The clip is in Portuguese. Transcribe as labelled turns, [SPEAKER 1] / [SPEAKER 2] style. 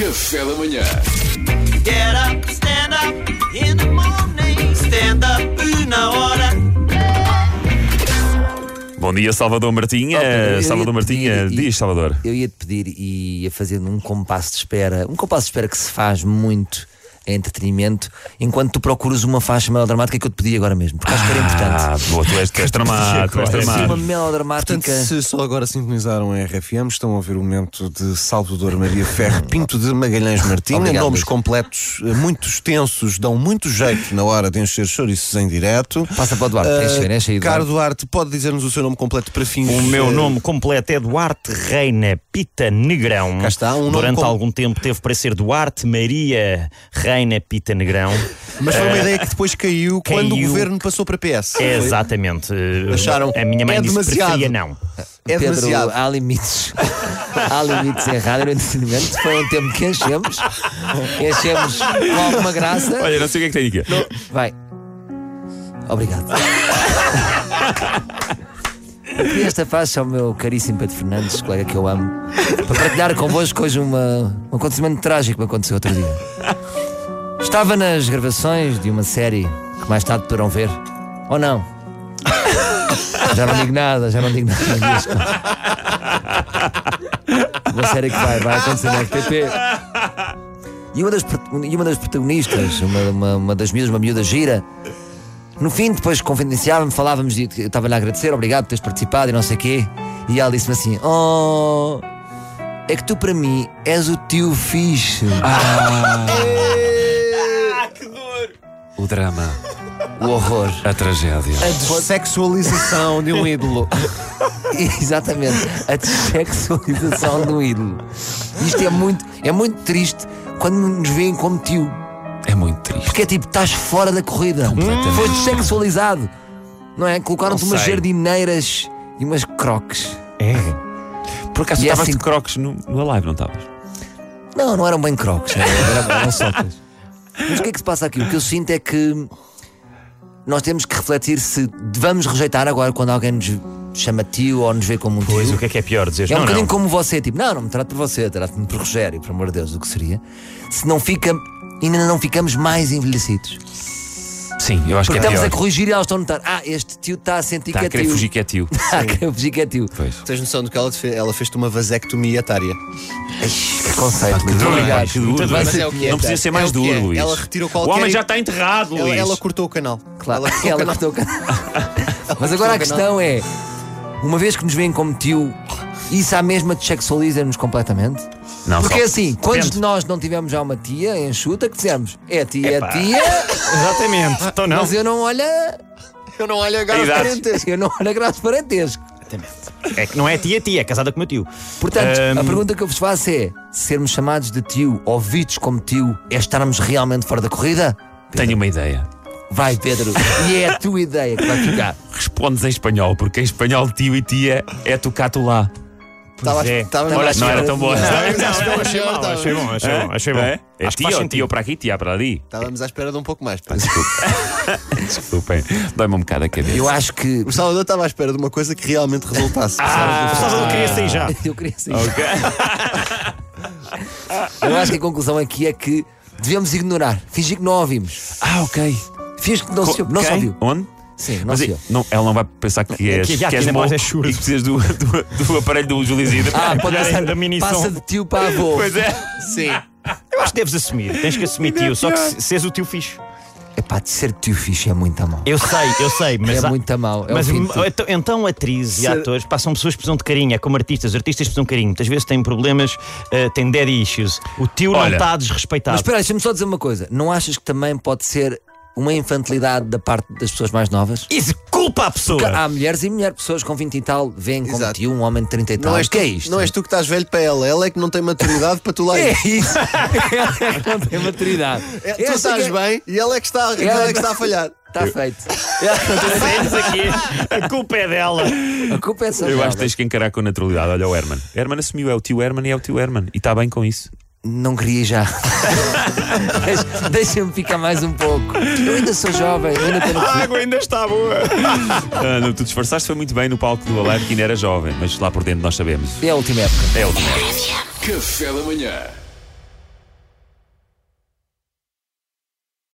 [SPEAKER 1] Café da manhã.
[SPEAKER 2] Get up, stand up in the morning. Stand up na hora.
[SPEAKER 3] Bom dia, Salvador Martinha.
[SPEAKER 4] Oh, Pedro, eu
[SPEAKER 3] Salvador
[SPEAKER 4] ia-te pedir
[SPEAKER 3] Martinha,
[SPEAKER 4] e-
[SPEAKER 3] diz Salvador.
[SPEAKER 4] Eu ia-te pedir e ia fazendo um compasso de espera, um compasso de espera que se faz muito em entretenimento, enquanto tu procuras uma faixa melodramática que eu te pedi agora mesmo, porque acho que era
[SPEAKER 3] Ah,
[SPEAKER 4] importante.
[SPEAKER 3] boa, tu és, tu és tramado, tu és
[SPEAKER 4] Assim, uma
[SPEAKER 3] tramado.
[SPEAKER 4] melodramática.
[SPEAKER 5] Portanto, se só agora sintonizaram a RFM, estão a ouvir o momento de Salvador Maria Ferro Pinto de Magalhães Martina.
[SPEAKER 4] Obrigado,
[SPEAKER 5] Nomes
[SPEAKER 4] Luís.
[SPEAKER 5] completos, eh, muito extensos, dão muito jeito na hora de encher chouriços em direto.
[SPEAKER 4] Passa para o Duarte,
[SPEAKER 5] Eh,
[SPEAKER 4] enche, enche aí,
[SPEAKER 5] Caro
[SPEAKER 4] Duarte.
[SPEAKER 5] Duarte, pode dizer-nos o seu nome completo para fins.
[SPEAKER 6] O meu
[SPEAKER 5] eh,
[SPEAKER 6] nome completo é Duarte Reina Pita Negrão.
[SPEAKER 5] Cá está, um nome
[SPEAKER 6] Durante
[SPEAKER 5] com-
[SPEAKER 6] algum tempo teve para ser Duarte Maria Reina Pita Negrão.
[SPEAKER 5] Mas foi uma
[SPEAKER 6] é
[SPEAKER 5] ideia que depois caiu, quando o
[SPEAKER 6] caiu.
[SPEAKER 5] governo passou para PS.
[SPEAKER 6] É exatamente. eh,
[SPEAKER 5] Acharam,
[SPEAKER 6] A minha mãe
[SPEAKER 5] é
[SPEAKER 6] disse que
[SPEAKER 5] demasiado.
[SPEAKER 6] preferia não.
[SPEAKER 5] É
[SPEAKER 4] Pedro,
[SPEAKER 5] demasiado.
[SPEAKER 4] há limites. há limites errados no entretenimento. Foi um tempo que enchemos. Enchemos com alguma graça.
[SPEAKER 3] Olha, não sei o que é que tem aqui.
[SPEAKER 4] Vai. Obrigado. Eu pedi esta faixa ao meu caríssimo Pedro Fernandes, colega que eu amo, para partilhar convosco hoje uma, um acontecimento trágico que me aconteceu outro dia. Estava nas gravações de uma série que mais tarde poderão ver. Ou não? Já não digo nada, já não digo nada. Luís. Uma série que vai, vai acontecer na FTP. E uma das, prot- e uma das protagonistas, uma, uma, uma das miúdas, uma miúda gira, no fim, depois confidenciava-me, falávamos, de, eu estava-lhe a agradecer, obrigado por teres participado e não sei o quê. E ela disse-me assim: Oh, é que tu para mim és o tio fixe. Ah,
[SPEAKER 1] O drama,
[SPEAKER 4] O horror.
[SPEAKER 1] a tragédia.
[SPEAKER 5] A sexualização de um ídolo.
[SPEAKER 4] Exatamente, a sexualização do ídolo. Isto é muito, é muito triste quando nos veem como tio.
[SPEAKER 1] É muito triste.
[SPEAKER 4] Porque é tipo, estás fora da corrida. Foi sexualizado. Não é? Colocaram-te umas jardineiras e umas croques.
[SPEAKER 3] Por acaso
[SPEAKER 4] E
[SPEAKER 3] estavas
[SPEAKER 4] assim-
[SPEAKER 3] de croques no, no live, não estavas?
[SPEAKER 4] Não, não eram bem croques, eram, eram, eram socas. Mas o que é que se passa aqui? O que eu sinto é que nós temos que refletir se vamos rejeitar agora quando alguém nos chama tio ou nos vê como um tio.
[SPEAKER 6] Pois o que é que é pior dizer?
[SPEAKER 4] É um
[SPEAKER 6] não,
[SPEAKER 4] bocadinho
[SPEAKER 6] não.
[SPEAKER 4] como você, tipo, não, não me trate por você, trate-me por Rogério, por amor de Deus, o que seria? Se não fica, ainda não ficamos mais envelhecidos.
[SPEAKER 3] Sim, eu acho
[SPEAKER 4] Porque
[SPEAKER 3] que é
[SPEAKER 4] estamos a
[SPEAKER 3] pior.
[SPEAKER 4] corrigir e elas estão a notar, ah, este tio está a sentir
[SPEAKER 3] Está
[SPEAKER 4] que é
[SPEAKER 3] a querer
[SPEAKER 4] tio.
[SPEAKER 3] fugir que é tio.
[SPEAKER 4] Está a querer fugir que é tio.
[SPEAKER 5] Tens noção do que ela fez? Ela fez-te uma vasectomia etária.
[SPEAKER 4] Que conceito, muito
[SPEAKER 3] duro,
[SPEAKER 4] obrigado.
[SPEAKER 3] que duro.
[SPEAKER 4] Muito
[SPEAKER 3] Mas
[SPEAKER 4] bem.
[SPEAKER 5] é o que é,
[SPEAKER 3] Não precisa
[SPEAKER 5] tá?
[SPEAKER 3] ser mais
[SPEAKER 5] É o que
[SPEAKER 3] duro,
[SPEAKER 5] é.
[SPEAKER 3] Luís.
[SPEAKER 5] Ela retirou
[SPEAKER 3] O
[SPEAKER 5] qualquer-
[SPEAKER 3] homem já está enterrado,
[SPEAKER 5] Ela,
[SPEAKER 3] Luís.
[SPEAKER 5] ela cortou o canal.
[SPEAKER 4] Claro,
[SPEAKER 5] Ela cortou o
[SPEAKER 4] ela
[SPEAKER 5] canal.
[SPEAKER 4] cortou o canal. Mas agora a questão é: uma vez que nos veem como tio, isso à mesma sexualiza-nos completamente?
[SPEAKER 3] Não,
[SPEAKER 4] Porque
[SPEAKER 3] só-
[SPEAKER 4] é assim, quantos
[SPEAKER 3] depende.
[SPEAKER 4] de nós não tivemos já uma tia enxuta que dizemos é tia, é tia,
[SPEAKER 6] Exatamente. Então não.
[SPEAKER 4] mas eu não olho a
[SPEAKER 5] Eu não olho agora.
[SPEAKER 3] A idade.
[SPEAKER 4] parentesco, eu não olho a graça parentesco.
[SPEAKER 6] É que não é tia, tia, é casada com o meu tio.
[SPEAKER 4] Portanto, a
[SPEAKER 6] Ahm,
[SPEAKER 4] pergunta que eu vos faço é: sermos chamados de tio ou vistos como tio é estarmos realmente fora da corrida?
[SPEAKER 3] Tenho uma ideia.
[SPEAKER 4] Vai, Pedro, e é a tua ideia que vai ficar.
[SPEAKER 3] Respondes em espanhol, porque em espanhol tio e tia é tu cá, tu lá.
[SPEAKER 5] Estava
[SPEAKER 6] é.
[SPEAKER 5] estava-
[SPEAKER 4] Olha,
[SPEAKER 3] Não era tão boa.
[SPEAKER 6] Não, achei bom, achei bom, achei bom, achei bom.
[SPEAKER 3] É, é
[SPEAKER 6] Acho que faz
[SPEAKER 3] tio,
[SPEAKER 6] sentido.
[SPEAKER 3] tio para aqui, tia para ali.
[SPEAKER 5] Estávamos à espera de um pouco mais. pá.
[SPEAKER 3] Desculpem, dói-me um bocado a cabeça.
[SPEAKER 4] Eu acho que.
[SPEAKER 5] O Salvador estava à espera de uma coisa que realmente resultasse.
[SPEAKER 4] Ah,
[SPEAKER 6] O Salvador queria sair já.
[SPEAKER 4] Eu queria sair. Eu acho que a conclusão aqui é que devemos ignorar, fingir que não ouvimos.
[SPEAKER 3] Ah, ok.
[SPEAKER 4] Fingir que não se ouve. Não se
[SPEAKER 3] Quem?
[SPEAKER 4] ouviu.
[SPEAKER 3] Onde?
[SPEAKER 4] Sim, não
[SPEAKER 3] Mas
[SPEAKER 4] se
[SPEAKER 3] e-
[SPEAKER 4] ouve.
[SPEAKER 3] não, ela não vai pensar que és,
[SPEAKER 6] que-
[SPEAKER 3] que,
[SPEAKER 6] já,
[SPEAKER 3] és
[SPEAKER 6] que
[SPEAKER 3] mau
[SPEAKER 6] ainda mais é
[SPEAKER 3] e
[SPEAKER 6] churro.
[SPEAKER 3] que precisas do, do, do aparelho do Julizida.
[SPEAKER 4] Ah, pode
[SPEAKER 6] Já
[SPEAKER 4] passar,
[SPEAKER 6] ainda mini
[SPEAKER 4] passa
[SPEAKER 6] som.
[SPEAKER 4] de tio para avô.
[SPEAKER 3] Pois é.
[SPEAKER 5] Sim.
[SPEAKER 6] Eu acho que deves assumir. Tens que assumir tio. Só que se, se és o tio fixe.
[SPEAKER 4] Epá, de ser tio fixe é muito a mal.
[SPEAKER 6] Eu sei, eu sei, mas.
[SPEAKER 4] É
[SPEAKER 6] há-
[SPEAKER 4] muito a mal. É o
[SPEAKER 6] mas
[SPEAKER 4] fim de tudo.
[SPEAKER 6] então, então atrizes e atores passam pessoas que precisam de carinho, é como artistas, artistas precisam de carinho, muitas vezes têm problemas, eh, têm daddy issues. O tio não
[SPEAKER 3] Olha,
[SPEAKER 6] está
[SPEAKER 4] Mas
[SPEAKER 6] desrespeitado.
[SPEAKER 4] espera, aí, deixa-me só dizer uma coisa. Não achas que também pode ser uma infantilidade da parte das pessoas mais novas?
[SPEAKER 6] Isso culpa a pessoa!
[SPEAKER 4] Porque Há mulheres e mulheres, pessoas com 20 e tal, veem como
[SPEAKER 5] Exato.
[SPEAKER 4] tio um homem de 30 e tal.
[SPEAKER 5] Não és,
[SPEAKER 4] O que
[SPEAKER 5] tu,
[SPEAKER 4] é isto?
[SPEAKER 5] não és tu que estás velho para ela, ela é que não tem maturidade para tu lá
[SPEAKER 4] É
[SPEAKER 5] ir.
[SPEAKER 4] isso. não tem maturidade.
[SPEAKER 5] É, tu
[SPEAKER 4] Essa
[SPEAKER 5] estás
[SPEAKER 4] que é-
[SPEAKER 5] bem e ela é que está, ela é que está a falhar.
[SPEAKER 4] Está Tá feito.
[SPEAKER 6] Saímos aqui, a culpa é dela.
[SPEAKER 4] A culpa é só
[SPEAKER 3] Eu
[SPEAKER 4] dela.
[SPEAKER 3] acho que tens que encarar com naturalidade. Olha o Herman. Herman assumiu, é o tio Herman e é o tio Herman. E está bem com isso.
[SPEAKER 4] Não queria já. Mas Deixa-me ficar mais um pouco. Eu ainda sou jovem, eu ainda tenho.
[SPEAKER 3] água ainda está boa. ah, não, tu disfarçaste foi muito bem no palco do Alarme, que ainda era jovem, mas lá por dentro nós sabemos.
[SPEAKER 4] É a última época.
[SPEAKER 3] É o
[SPEAKER 1] Café da manhã.